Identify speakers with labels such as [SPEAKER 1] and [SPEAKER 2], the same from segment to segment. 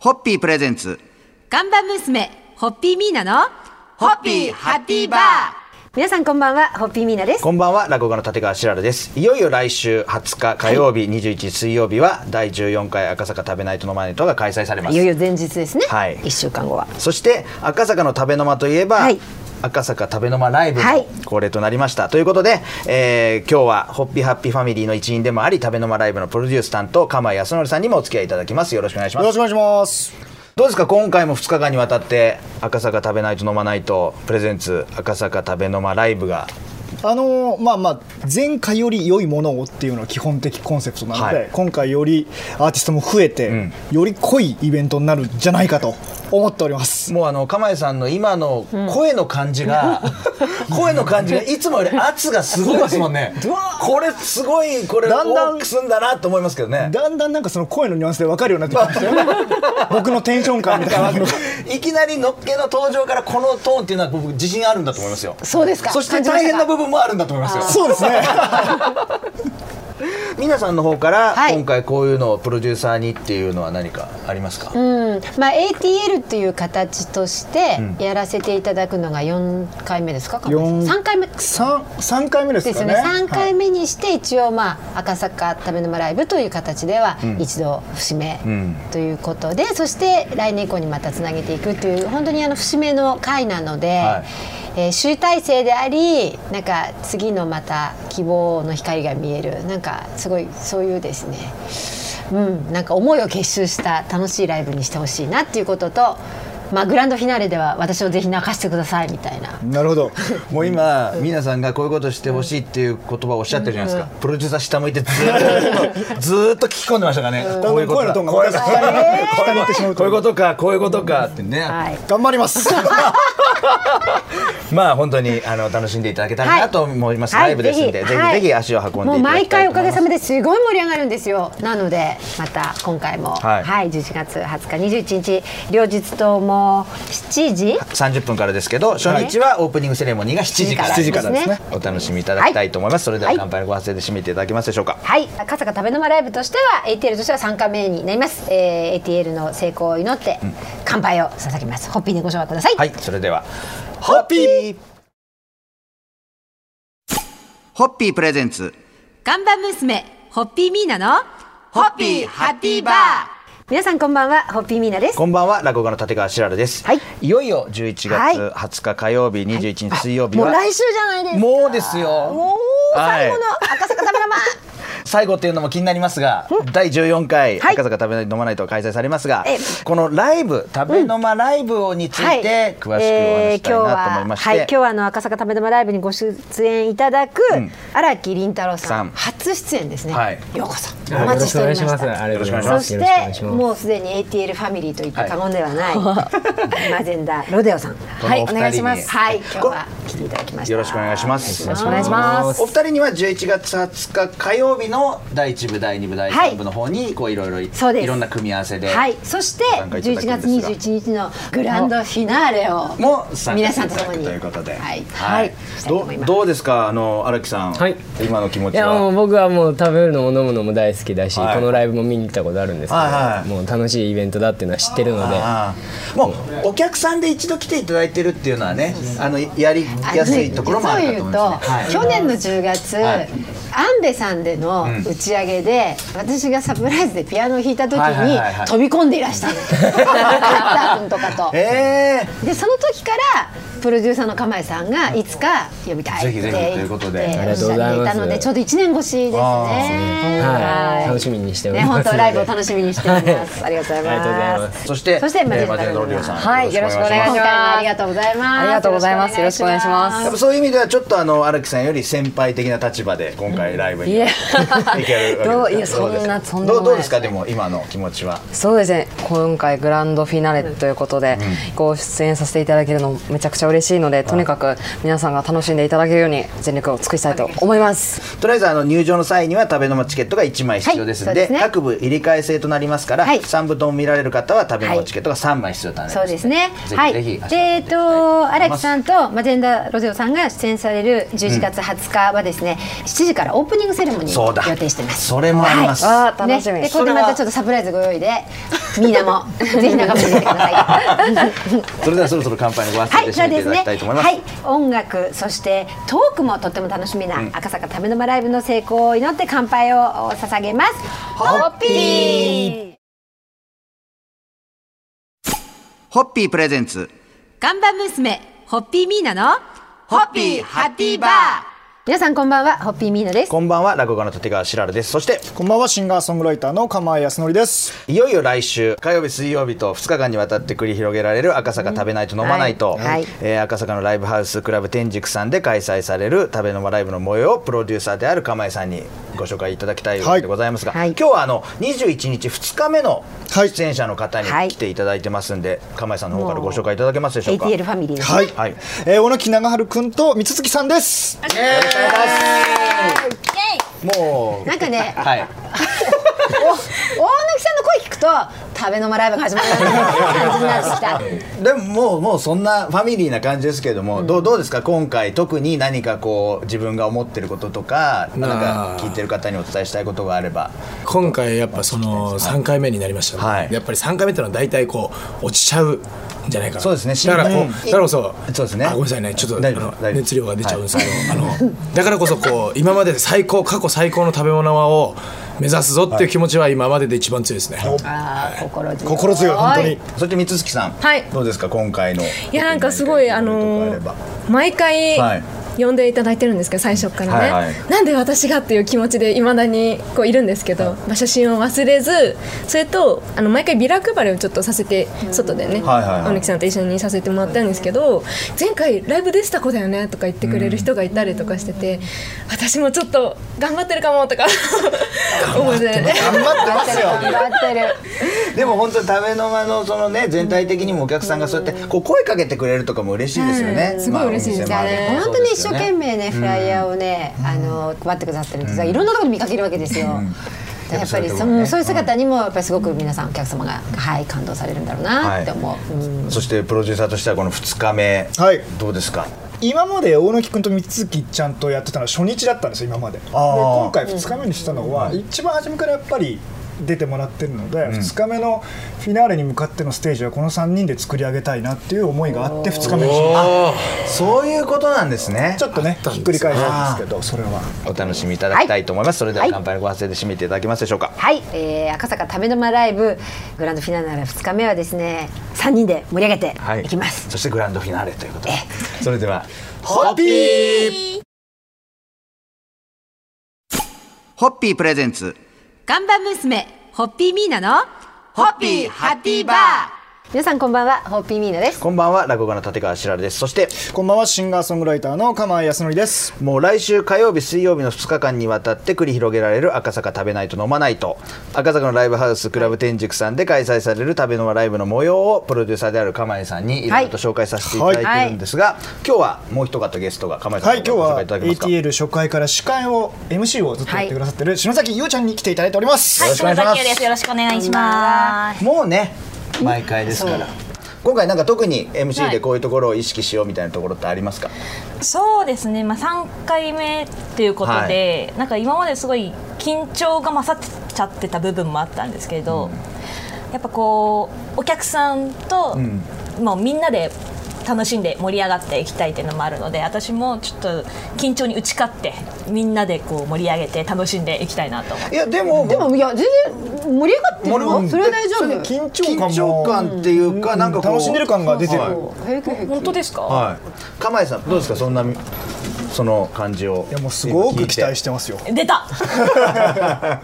[SPEAKER 1] ホッピープレゼンツ。
[SPEAKER 2] ガンバ娘、ホッピーミーナの、
[SPEAKER 1] ホッピーハッピーバー
[SPEAKER 2] 皆さんこんばんは、ホッピーミーナです。
[SPEAKER 3] こんばんは、落語家の立川しらるです。いよいよ来週20日火曜日、21日水曜日は第14回赤坂食べないとのマネートが開催されます。
[SPEAKER 2] いよいよ前日ですね。
[SPEAKER 3] はい
[SPEAKER 2] 一週間後は。
[SPEAKER 3] そして赤坂の食べの間といえば、
[SPEAKER 2] はい
[SPEAKER 3] 赤坂食べの間ライブ
[SPEAKER 2] はい
[SPEAKER 3] も恒例となりました、ということで、えー今日はホッピーハッピーファミリーの一員でもあり食べの間ライブのプロデュース担当釜井康則さんにもお付き合いいただきますよろしくお願いします
[SPEAKER 4] よろしくお願いします。
[SPEAKER 3] どうですか今回も2日間にわたって赤坂食べないと飲まないとプレゼンツ赤坂食べの間ライブが
[SPEAKER 4] あのーまあまあ前回より良いものをっていうのは基本的コンセプトなので、
[SPEAKER 3] はい
[SPEAKER 4] 今回よりアーティストも増えて、
[SPEAKER 3] ん
[SPEAKER 4] より濃いイベントになるんじゃないかと思っております。
[SPEAKER 3] もうあの釜井さんの今の声の感じが、声の感じがいつもより圧がすごいですもんねこれすごいこれ
[SPEAKER 4] だんだん
[SPEAKER 3] 大きくすんだなと思いますけどね
[SPEAKER 4] だんだんなんかその声のニュアンスで分かるようになってきまし たよね。僕のテンション感みたいなのが。
[SPEAKER 3] いきなりのっけの登場からこのトーンっていうのは僕自信あるんだと思いますよ
[SPEAKER 2] そうですか
[SPEAKER 3] そして大変な部分もあるんだと思いますよ
[SPEAKER 4] そうですね。
[SPEAKER 3] 皆さんの方から
[SPEAKER 2] はい
[SPEAKER 3] 今回こういうのをプロデューサーにっていうのは何かありますか、
[SPEAKER 2] うん、まあ ATL っていう形としてやらせていただくのが四回目ですか、亀井さん
[SPEAKER 4] 四
[SPEAKER 2] 三回目
[SPEAKER 4] 三三回目です
[SPEAKER 2] です
[SPEAKER 4] か
[SPEAKER 2] よね
[SPEAKER 4] ね。
[SPEAKER 2] 3回
[SPEAKER 4] 目。
[SPEAKER 2] 目にして一応まあ赤坂食べの間ライブという形では一度節目
[SPEAKER 3] ん
[SPEAKER 2] ということで、そして来年以降にまたつなげていくという本当にあの節目の回なので、
[SPEAKER 3] は
[SPEAKER 2] えー集大成でありなんか次のまた希望の光が見えるなんかすごいそういうですねうん、なんか思いを結集した楽しいライブにしてほしいなっていうことと、まあ、グランドフィナーレでは私をぜひ泣かしてくださいみたいな
[SPEAKER 4] なるほど。
[SPEAKER 3] もう今、皆さんがこういうことしてほしいっていう言葉をおっしゃってるじゃないですか、プロデューサー下向いてずーっとずーっと聞き込んでましたからね、こういうことだ
[SPEAKER 4] 声のトーンが
[SPEAKER 3] こういうことだ
[SPEAKER 4] 下に行ってしまうと
[SPEAKER 3] こういうことかこういうことかってね、
[SPEAKER 2] はい
[SPEAKER 4] 頑張ります。
[SPEAKER 3] まあ本当にあの楽しんでいただけたらなと思います、
[SPEAKER 2] はい
[SPEAKER 3] ライブですんで、
[SPEAKER 2] はい
[SPEAKER 3] ぜひ、
[SPEAKER 2] はい
[SPEAKER 3] ぜひ足を運
[SPEAKER 2] も
[SPEAKER 3] んで
[SPEAKER 2] う
[SPEAKER 3] いただ
[SPEAKER 2] 毎
[SPEAKER 3] きたい
[SPEAKER 2] 回お
[SPEAKER 3] と思
[SPEAKER 2] かげ
[SPEAKER 3] います
[SPEAKER 2] さまですごい盛り上がるんですよなのでまた今回もは、
[SPEAKER 3] はいい
[SPEAKER 2] 11月20日21日両日とも7時
[SPEAKER 3] 30分からですけど初日はオープニングセレモニーが7時から
[SPEAKER 4] 7時からですね
[SPEAKER 3] お楽しみいただきたいと思います、それでは
[SPEAKER 2] はい
[SPEAKER 3] 乾杯のご発声で締めていただけますでしょうか、
[SPEAKER 2] はい赤坂食べの間ライブとしては ATL としては3回目になります、えー ATL の成功を祈って乾杯を捧げますホッピーでご紹介ください、
[SPEAKER 3] はいそれではホッピー
[SPEAKER 1] ホッピープレゼンツ。
[SPEAKER 2] ガンバ娘ホッピーミーナの
[SPEAKER 1] ホッピーハッピーバー
[SPEAKER 2] 皆さんこんばんはホッピーミーナです
[SPEAKER 3] こんばんは落語家の立川しらるです、
[SPEAKER 2] はい
[SPEAKER 3] よいよ11月
[SPEAKER 2] はい
[SPEAKER 3] 20日火曜日、21日水曜日
[SPEAKER 2] も
[SPEAKER 3] は
[SPEAKER 2] う来週じゃないですか
[SPEAKER 3] もうですよ
[SPEAKER 2] もう最後の赤坂食べの間
[SPEAKER 3] 最後っていうのも気になりますが、第14回、
[SPEAKER 2] はい
[SPEAKER 3] 赤坂食べないと飲まないと開催されますが
[SPEAKER 2] ええ、
[SPEAKER 3] このライブ、食べ飲まライブをについて、詳しくお話ししたいなと思いまし
[SPEAKER 2] えー今日は、はい、今
[SPEAKER 3] て
[SPEAKER 2] 日、はあの赤坂食べ玉ライブにご出演いただく荒、木凛太郎さん
[SPEAKER 3] さん
[SPEAKER 2] 初出演ですね、
[SPEAKER 3] はい
[SPEAKER 2] ようこそお
[SPEAKER 5] よ
[SPEAKER 2] 待ち
[SPEAKER 5] ろし
[SPEAKER 2] し
[SPEAKER 5] く
[SPEAKER 2] て
[SPEAKER 5] お
[SPEAKER 2] おり
[SPEAKER 5] 願
[SPEAKER 2] ま
[SPEAKER 5] いします。
[SPEAKER 2] した
[SPEAKER 5] ありがとうござい
[SPEAKER 2] そ
[SPEAKER 5] ま
[SPEAKER 2] し
[SPEAKER 5] す。
[SPEAKER 2] て
[SPEAKER 5] よろしくお願いします。
[SPEAKER 2] もうすでに ATL ファミリーと言って過言ではない、マゼンダロデオさん
[SPEAKER 3] このお二人に
[SPEAKER 2] はい今日は来ていただきました
[SPEAKER 3] よろしくお願いします。
[SPEAKER 2] お願いします
[SPEAKER 3] お二人には11月20日火曜日の第1部、第2部、第3部の方に、こういろい
[SPEAKER 2] そう
[SPEAKER 3] ろ、
[SPEAKER 2] です
[SPEAKER 3] いろんな組み合わせで、
[SPEAKER 2] はい、そして
[SPEAKER 3] 参加いただ
[SPEAKER 2] 11月
[SPEAKER 3] くんですが
[SPEAKER 2] 21日のグランドフィナーレを
[SPEAKER 3] も参加
[SPEAKER 2] 皆
[SPEAKER 3] い
[SPEAKER 2] さ
[SPEAKER 3] た
[SPEAKER 2] んと
[SPEAKER 3] だ
[SPEAKER 2] 共
[SPEAKER 3] く
[SPEAKER 2] に
[SPEAKER 3] ということで、
[SPEAKER 2] はい、はい、したいと
[SPEAKER 3] ど
[SPEAKER 2] 思います
[SPEAKER 3] どうですか、あの荒木さん
[SPEAKER 5] はい、
[SPEAKER 3] 今の気持
[SPEAKER 5] い
[SPEAKER 3] ち
[SPEAKER 5] やも
[SPEAKER 3] は
[SPEAKER 5] う。僕はもう食べるのも飲むのも大好きだし、
[SPEAKER 3] はい
[SPEAKER 5] このライブも見に行ったことあるんですけど、
[SPEAKER 3] はいはい
[SPEAKER 5] もう楽しいイベントだっていうのは知ってるので、
[SPEAKER 3] ああもうお客さんで一度来ていただいてるっていうのはね、あのやりやすいところもあるかと思いま
[SPEAKER 2] 実
[SPEAKER 3] す、ね。
[SPEAKER 2] を言うと、去年の10月、
[SPEAKER 3] はい
[SPEAKER 2] 安部さんでの打ち上げで、私がサプライズでピアノを弾いた時に、
[SPEAKER 3] はいはいはいはい
[SPEAKER 2] 飛び込んでいらした のカッター君とかと。
[SPEAKER 3] ええ
[SPEAKER 2] でその時からプロデューサーの釜井さんがいつか呼びたいって
[SPEAKER 3] ぜひぜひということで
[SPEAKER 2] 言って
[SPEAKER 5] ありがとう
[SPEAKER 2] おっ
[SPEAKER 5] ございます
[SPEAKER 2] しゃっていたのでちょうど1年越しですね。
[SPEAKER 5] はい
[SPEAKER 2] はい
[SPEAKER 5] 楽しみにしており
[SPEAKER 2] ね
[SPEAKER 5] ます
[SPEAKER 2] 本当ライブを楽しみにしています。ありがとうござい
[SPEAKER 5] ありがとうござい
[SPEAKER 2] ま。
[SPEAKER 5] ます
[SPEAKER 3] そして
[SPEAKER 2] そして
[SPEAKER 3] えー
[SPEAKER 2] マジェンダ
[SPEAKER 3] マジェンダ
[SPEAKER 2] ロ
[SPEAKER 3] ロ
[SPEAKER 2] デ
[SPEAKER 3] デ
[SPEAKER 2] オ
[SPEAKER 3] オ
[SPEAKER 2] さ
[SPEAKER 3] さ
[SPEAKER 2] ん
[SPEAKER 3] ん、
[SPEAKER 6] はいよろしくお願いします
[SPEAKER 2] 今回もありがとうございます。
[SPEAKER 6] ありがとうございますよろしくお願いします
[SPEAKER 3] やっぱそういう意味ではちょっとあの荒木さんより先輩的な立場で今回ライブに、
[SPEAKER 6] いや
[SPEAKER 3] 行ける
[SPEAKER 6] ど
[SPEAKER 3] わ
[SPEAKER 6] う
[SPEAKER 3] け
[SPEAKER 6] い
[SPEAKER 3] で
[SPEAKER 6] や
[SPEAKER 3] すか
[SPEAKER 6] そんな
[SPEAKER 3] ど
[SPEAKER 6] そ
[SPEAKER 3] うん
[SPEAKER 6] な
[SPEAKER 3] どう
[SPEAKER 6] 前
[SPEAKER 3] どうですかでも今の気持ちは
[SPEAKER 6] そうですね今回グランドフィナーレということで、ご出演させていただけるのめちゃくちゃ嬉しいのでとにかく皆さんが楽しんでいただけるように全力を尽くしたいと思います
[SPEAKER 3] とりあえずあの入場の際には食べ飲まチケットが1枚必要ですので,、
[SPEAKER 2] はいそうですね
[SPEAKER 3] 各部入れ替え制となりますから、
[SPEAKER 2] はい
[SPEAKER 3] 3部とも見られる方は食べ飲まチケットが3枚必要となります
[SPEAKER 2] そうですね。
[SPEAKER 3] ぜ
[SPEAKER 2] は
[SPEAKER 3] ひ
[SPEAKER 2] い。
[SPEAKER 3] ぜ
[SPEAKER 2] で
[SPEAKER 3] ひ、
[SPEAKER 2] えっと荒木さんとマジェンダロゼオさんが出演される11月20日はですね、7時からオープニングセレモニー
[SPEAKER 3] そうだ
[SPEAKER 2] を予定してます。
[SPEAKER 3] それもあります、
[SPEAKER 6] わあ楽しみ、
[SPEAKER 2] ね、でここでまたちょっとサプライズご用意でみんな もぜひ眺めてみてください
[SPEAKER 3] それではそろそろ乾杯のご挨
[SPEAKER 2] は
[SPEAKER 3] 拶
[SPEAKER 2] い、
[SPEAKER 3] で
[SPEAKER 2] そう
[SPEAKER 3] 締め
[SPEAKER 2] で
[SPEAKER 3] てい
[SPEAKER 2] す
[SPEAKER 3] ただ
[SPEAKER 2] ね。
[SPEAKER 3] きたいと思います。
[SPEAKER 2] はい、音楽そしてトークもとっても楽しみな、赤坂ためのまライブの成功を祈って乾杯を捧げます。ホッピー。
[SPEAKER 1] ホッピープレゼンツ
[SPEAKER 7] ガンバ娘、ホッピーミーナの、
[SPEAKER 1] ホッピーハッピーバー
[SPEAKER 2] 皆さんこんばんは、ホッピーミーナです。
[SPEAKER 3] こんばんは落語家の立川しらるです。そして
[SPEAKER 4] こんばんはシンガーソングライターの釜井康則です
[SPEAKER 3] いよいよ来週火曜日水曜日と2日間にわたって繰り広げられる赤坂食べないと飲まないと、
[SPEAKER 2] はいはい
[SPEAKER 3] えー赤坂のライブハウスクラブ天竺さんで開催される食べ飲まライブの模様をプロデューサーである釜井さんにご紹介いただきたいわけでございますが、
[SPEAKER 2] はいはい
[SPEAKER 3] 今日はあの21日2日目の
[SPEAKER 4] はい
[SPEAKER 3] 出演者の方に
[SPEAKER 2] はい
[SPEAKER 3] 来ていただいてますんで、釜井さんの方からご紹介いただけますでしょうか。
[SPEAKER 2] ATL ファミリーです。
[SPEAKER 4] はい、
[SPEAKER 3] はい
[SPEAKER 4] えー、小野木長春くんと三月さんです
[SPEAKER 3] もう
[SPEAKER 2] なんかね、
[SPEAKER 3] はい
[SPEAKER 2] お大貫さんの声聞くと食べのまライブが始まるなって感じになってきた。
[SPEAKER 3] でももうもうそんなファミリーな感じですけれども、どうどうですか今回特に何かこう自分が思ってることとかなんか聞いてる方にお伝えしたいことがあれば
[SPEAKER 8] 今回やっぱその3回目になりましたね、
[SPEAKER 3] はい
[SPEAKER 8] やっぱり3回目ってのは大体こう落ちちゃうんじゃないかな
[SPEAKER 3] そうですね
[SPEAKER 8] だからこ
[SPEAKER 3] うん
[SPEAKER 8] うだからこそ
[SPEAKER 3] そうですね
[SPEAKER 8] あごめんなさいねちょっとあ
[SPEAKER 3] 大丈夫
[SPEAKER 8] の
[SPEAKER 3] 大丈夫
[SPEAKER 8] 熱量が出ちゃうんですけど、あのだからこそこう今までで最高過去最高の食べ物を目指すぞっていう気持ちは今までで一番強いですね、
[SPEAKER 2] あー心強い。
[SPEAKER 4] 心強い本当に
[SPEAKER 3] そして三月さん、
[SPEAKER 9] はい
[SPEAKER 3] どうですか今回の
[SPEAKER 9] いやなんかすごいあの
[SPEAKER 3] とかあれば
[SPEAKER 9] 毎回
[SPEAKER 3] はい
[SPEAKER 9] 呼んでいただいてるんですけど最初からね、
[SPEAKER 3] はいはい
[SPEAKER 9] なんで私がっていう気持ちでいまだにこういるんですけど、まあ、初心を忘れずそれとあの毎回ビラ配りをちょっとさせて外でね
[SPEAKER 3] はいはいはい
[SPEAKER 9] 青木さんと一緒にさせてもらったんですけど前回ライブでした子だよねとか言ってくれる人がいたりとかしてて、私もちょっと頑張ってるかもとか思ってね
[SPEAKER 3] 頑張ってますよ
[SPEAKER 2] 頑張ってる。
[SPEAKER 3] でも本当に食べの間のそのね全体的にもお客さんがそうやってこう声かけてくれるとかも嬉しいですよね、
[SPEAKER 9] すごい嬉しいですね
[SPEAKER 3] まあお店もあれば
[SPEAKER 2] 本当に一生
[SPEAKER 3] そうです
[SPEAKER 2] 懸
[SPEAKER 3] よね
[SPEAKER 2] 命ねフライヤーをね、あの配ってくださってるんですが、いろんなところで見かけるわけですよ。だからやっぱりそのそういう姿にもやっぱりすごく皆さんお客様がはい感動されるんだろうなって思う。うん
[SPEAKER 3] そしてプロデューサーとしてはこの2日目、
[SPEAKER 4] はい
[SPEAKER 3] どうですか
[SPEAKER 4] 今まで大貫君と三月ちゃんとやってたのは初日だったんですよ今までで
[SPEAKER 3] あー
[SPEAKER 4] 今回2日目にしたのは、一番初めからやっぱり出てもらってるので、2日目のフィナーレに向かってのステージはこの3人で作り上げたいなっていう思いがあって2日目にしまし
[SPEAKER 3] そういうことなんですね
[SPEAKER 4] たちょっとねひっくり返したんですけどそれは
[SPEAKER 3] お楽しみいただきたいと思います、それでは乾杯のご発声で締めていただけますでしょうか、
[SPEAKER 2] はい、えー、赤坂ためのまライブグランドフィナーレ2日目はですね3人で盛り上げていきます、
[SPEAKER 3] そしてグランドフィナーレということでそれでは
[SPEAKER 4] ホッピー
[SPEAKER 1] ホッピープレゼンツ
[SPEAKER 7] ガンバ娘、ホッピーミーナの、
[SPEAKER 1] ホッピーハッピーバー
[SPEAKER 2] 皆さんこんばんはホッピーミーナです
[SPEAKER 3] こんばんは落語家の立川しらるですそして
[SPEAKER 4] こんばんはシンガーソングライターの釜井康則です
[SPEAKER 3] もう来週火曜日水曜日の2日間にわたって繰り広げられる赤坂食べないと飲まないと赤坂のライブハウスクラブ天竺さんで開催される食べのライブの模様をプロデューサーである釜井さんにいろいろと紹介させていただいてるんですが、今日はもう一方ゲストが釜井さ
[SPEAKER 4] は
[SPEAKER 3] ん
[SPEAKER 4] い
[SPEAKER 3] に
[SPEAKER 4] 今日
[SPEAKER 3] ご紹介
[SPEAKER 4] はい
[SPEAKER 3] ただけますか、よ
[SPEAKER 4] ATL 初回から司会を MC をずっとやってくださってる篠崎優ちゃんに来ていただいております、
[SPEAKER 3] ろしくお願いします
[SPEAKER 10] よろしくお願いします。
[SPEAKER 3] もうね毎回ですから今回なんか特に MC でこういうところを意識しようみたいなところってありますか、
[SPEAKER 10] そうですね。まあ三回目っていうことで、なんか今まですごい緊張が勝っちゃってた部分もあったんですけれど、やっぱこうお客さんと、もうみんなで楽しんで盛り上がっていきたいっていうのもあるので、私もちょっと緊張に打ち勝ってみんなでこう盛り上げて楽しんでいきたいなと思って
[SPEAKER 3] いやでも
[SPEAKER 2] でもいや全然盛り上がってる
[SPEAKER 3] 盛り上がって
[SPEAKER 2] よそれは大丈夫
[SPEAKER 4] 緊張感も
[SPEAKER 3] 緊張感っていうかなんかこう
[SPEAKER 4] 楽しんでる感が出てる、
[SPEAKER 3] はい
[SPEAKER 2] 平気平気
[SPEAKER 10] 本当ですか？
[SPEAKER 3] はい釜井さんどうですかそんなその感じを
[SPEAKER 4] いやもうすごく期待しててますよ
[SPEAKER 10] 出 た。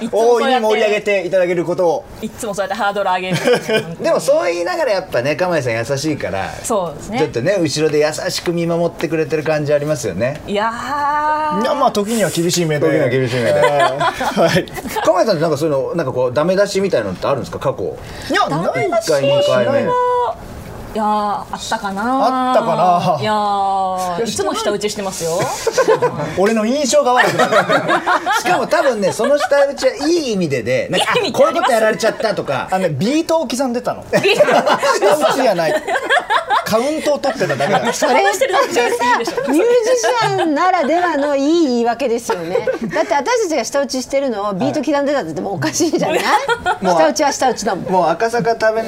[SPEAKER 10] いつもそう
[SPEAKER 4] 大い
[SPEAKER 10] や
[SPEAKER 4] に
[SPEAKER 10] って
[SPEAKER 4] 盛り上げていただけることを
[SPEAKER 10] いつもそうやってハードル上げるんですよ。
[SPEAKER 3] でもそう言いながらやっぱね釜井さん優しいから
[SPEAKER 10] そうですね
[SPEAKER 3] ちょっとね後ろで優しく見守ってくれてる感じありますよね
[SPEAKER 10] いやー
[SPEAKER 4] いやまあ時には厳しい目で
[SPEAKER 3] 時には厳しい目で
[SPEAKER 4] はい
[SPEAKER 3] 釜井さんってなんかそういうのなんかこうダメ出しみたいのってあるんですか過去
[SPEAKER 4] いやない
[SPEAKER 3] 1回2回目
[SPEAKER 10] いやーあったかな
[SPEAKER 4] あったかない
[SPEAKER 10] やーいつも舌打ちしてますよ
[SPEAKER 4] 俺の印象が悪くなる
[SPEAKER 3] しかも多分ねその下打ちはいい意味ででなんかあ
[SPEAKER 10] いい意味って
[SPEAKER 3] こうい
[SPEAKER 10] あ
[SPEAKER 3] うこ
[SPEAKER 10] ります
[SPEAKER 3] とやられちゃったとか
[SPEAKER 4] あのねビートを刻んでたの下打ちじゃないカウントを取ってただけだから
[SPEAKER 2] それってさミュージシャンならではのいい言い訳ですよねだって私たちが舌打ちしてるのをビート刻んでたってでもうおかしいじゃない舌打ちは舌打ちだもん
[SPEAKER 3] もう赤坂食べ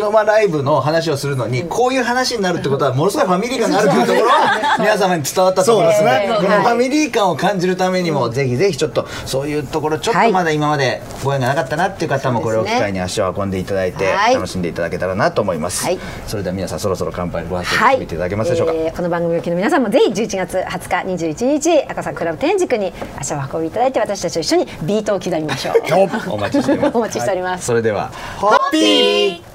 [SPEAKER 3] のまあライブの話をするのに、こういう話になるってことはものすごいファミリー感があるというところは皆様に伝わったと思います
[SPEAKER 4] そうで
[SPEAKER 3] ね
[SPEAKER 4] すね
[SPEAKER 3] このファミリー感を感じるためにも、ぜひぜひちょっとそういうところちょっとまだ今までご縁がなかったなっていう方もこれを機会に足を運んでいただいて
[SPEAKER 2] はい
[SPEAKER 3] 楽しんでいただけたらなと思います、それでは皆さんそろそろ乾杯のご発
[SPEAKER 2] は
[SPEAKER 3] 声
[SPEAKER 2] い、
[SPEAKER 3] を見ていただけますでしょうか、
[SPEAKER 2] えーこの番組をお聞きの皆さんもぜひ11月20日21日赤坂クラブ天竺に足を運びいただいて私たちと一緒にビートを刻みましょう
[SPEAKER 3] お待ちしております
[SPEAKER 2] お待ちしております
[SPEAKER 3] それでは
[SPEAKER 1] ホッピー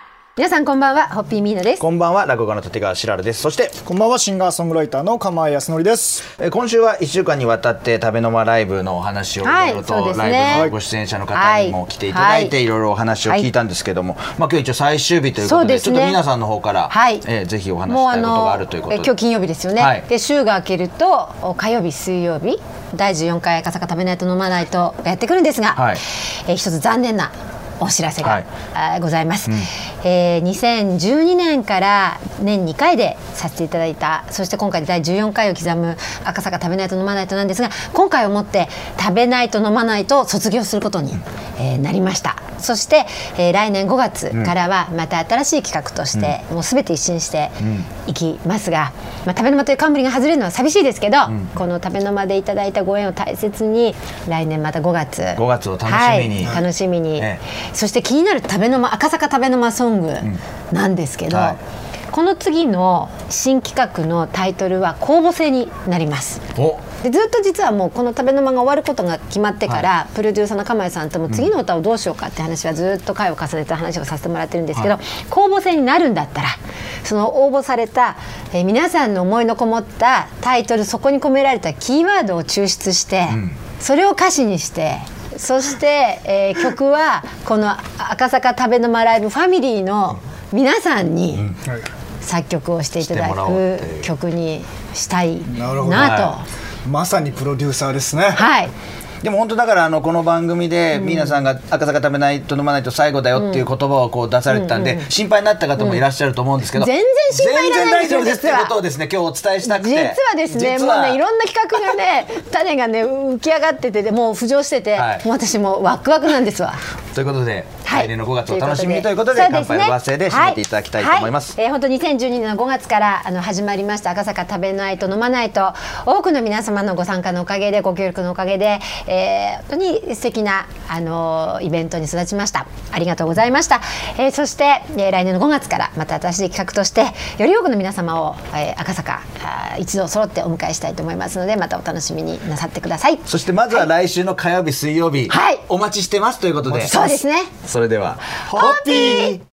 [SPEAKER 2] 皆さんこんばんはホッピーミーナです
[SPEAKER 3] こんばんは落語家の立川しらるですそして
[SPEAKER 4] こんばんはシンガーソングライターの釜井康則です
[SPEAKER 3] えー今週は1週間にわたって食べの間ライブのお話をいろいろと、
[SPEAKER 2] はいそうですね
[SPEAKER 3] ライブのご出演者の方にも来ていただいて、
[SPEAKER 2] はい
[SPEAKER 3] い、ろいろお話を聞いたんですけども、まあ、今日一応最終日というこ
[SPEAKER 2] そ
[SPEAKER 3] と
[SPEAKER 2] う
[SPEAKER 3] で
[SPEAKER 2] です
[SPEAKER 3] ち
[SPEAKER 2] ね
[SPEAKER 3] ょっと皆さんの方から、
[SPEAKER 2] はい
[SPEAKER 3] えーぜひお話し
[SPEAKER 2] もう
[SPEAKER 3] した
[SPEAKER 2] あ
[SPEAKER 3] いことがある
[SPEAKER 2] の
[SPEAKER 3] ということ
[SPEAKER 2] え
[SPEAKER 3] で
[SPEAKER 2] 今日金曜日ですよね、
[SPEAKER 3] はい
[SPEAKER 2] で週が明けるとお火曜日水曜日第14回赤坂食べないと飲まないとがやってくるんですが、
[SPEAKER 3] はい
[SPEAKER 2] えー一つ残念なお知らせが、
[SPEAKER 3] はい
[SPEAKER 2] あーございます、えー2012年から年2回でさせていただいたそして今回で第14回を刻む赤坂食べないと飲まないとなんですが今回をもって食べないと飲まないと卒業することに、えーなりましたそして、えー来年5月からはまた新しい企画として、もう全て一新していきますが、まあ、食べの間という冠が外れるのは寂しいですけど、この食べの間でいただいたご縁を大切に来年また5月
[SPEAKER 3] 5月を楽しみに
[SPEAKER 2] はい、楽しみに、
[SPEAKER 3] え
[SPEAKER 2] そして気になる食べの間赤坂食べの間ソングなんですけど、
[SPEAKER 3] はい
[SPEAKER 2] この次の新企画のタイトルは公募制になります
[SPEAKER 3] お
[SPEAKER 2] でずっと実はもうこの食べの間が終わることが決まってから、プロデューサーの釜井さんとも次の歌をどうしようかって話はずっと回を重ねた話をさせてもらってるんですけど、
[SPEAKER 3] は
[SPEAKER 2] 公募制になるんだったらその応募された、えー皆さんの思いのこもったタイトルそこに込められたキーワードを抽出して、それを歌詞にして。そして、えー曲はこの赤坂食べの間ライブファミリーの皆さんに作曲をしていただ
[SPEAKER 3] してもらおうっ
[SPEAKER 2] く
[SPEAKER 3] ていう
[SPEAKER 2] 曲にしたい
[SPEAKER 4] なるほど
[SPEAKER 2] なと。
[SPEAKER 4] まさにプロデューサーですね
[SPEAKER 2] はい、
[SPEAKER 3] でも本当だからあのこの番組で皆さんが赤坂食べないと飲まないと最後だよっていう言葉をこう出されてたんで、心配になった方もいらっしゃると思うんですけど、
[SPEAKER 2] 全然心配いらない
[SPEAKER 3] 全然大
[SPEAKER 2] ですよ
[SPEAKER 3] 丈夫ですっていうことをですね今日お伝えしたくて
[SPEAKER 2] 実はですね
[SPEAKER 3] 実は
[SPEAKER 2] もうねいろんな企画が ね種がね浮き上がっててもう浮上してて、
[SPEAKER 3] はい
[SPEAKER 2] もう私もうワクワクなんですわ。
[SPEAKER 3] ということで、
[SPEAKER 2] はい
[SPEAKER 3] 来年の5月を楽しみにということで
[SPEAKER 2] そ
[SPEAKER 3] 乾杯のご発声で締めていただきたいと思います、
[SPEAKER 2] ははいえー本当2012年の5月からあの始まりました赤坂食べないと飲まないと多くの皆様のご参加のおかげでご協力のおかげで、えー本当に素敵なあのーイベントに育ちましたありがとうございました、えーそして、えー来年の5月からまた新しい企画としてより多くの皆様を、えー赤坂あー一度揃ってお迎えしたいと思いますのでまたお楽しみになさってください
[SPEAKER 3] そしてまずは来週の火曜日水曜日、
[SPEAKER 2] はい
[SPEAKER 3] お待ちしてますということで
[SPEAKER 2] そうですね
[SPEAKER 3] それでは
[SPEAKER 2] ホッピー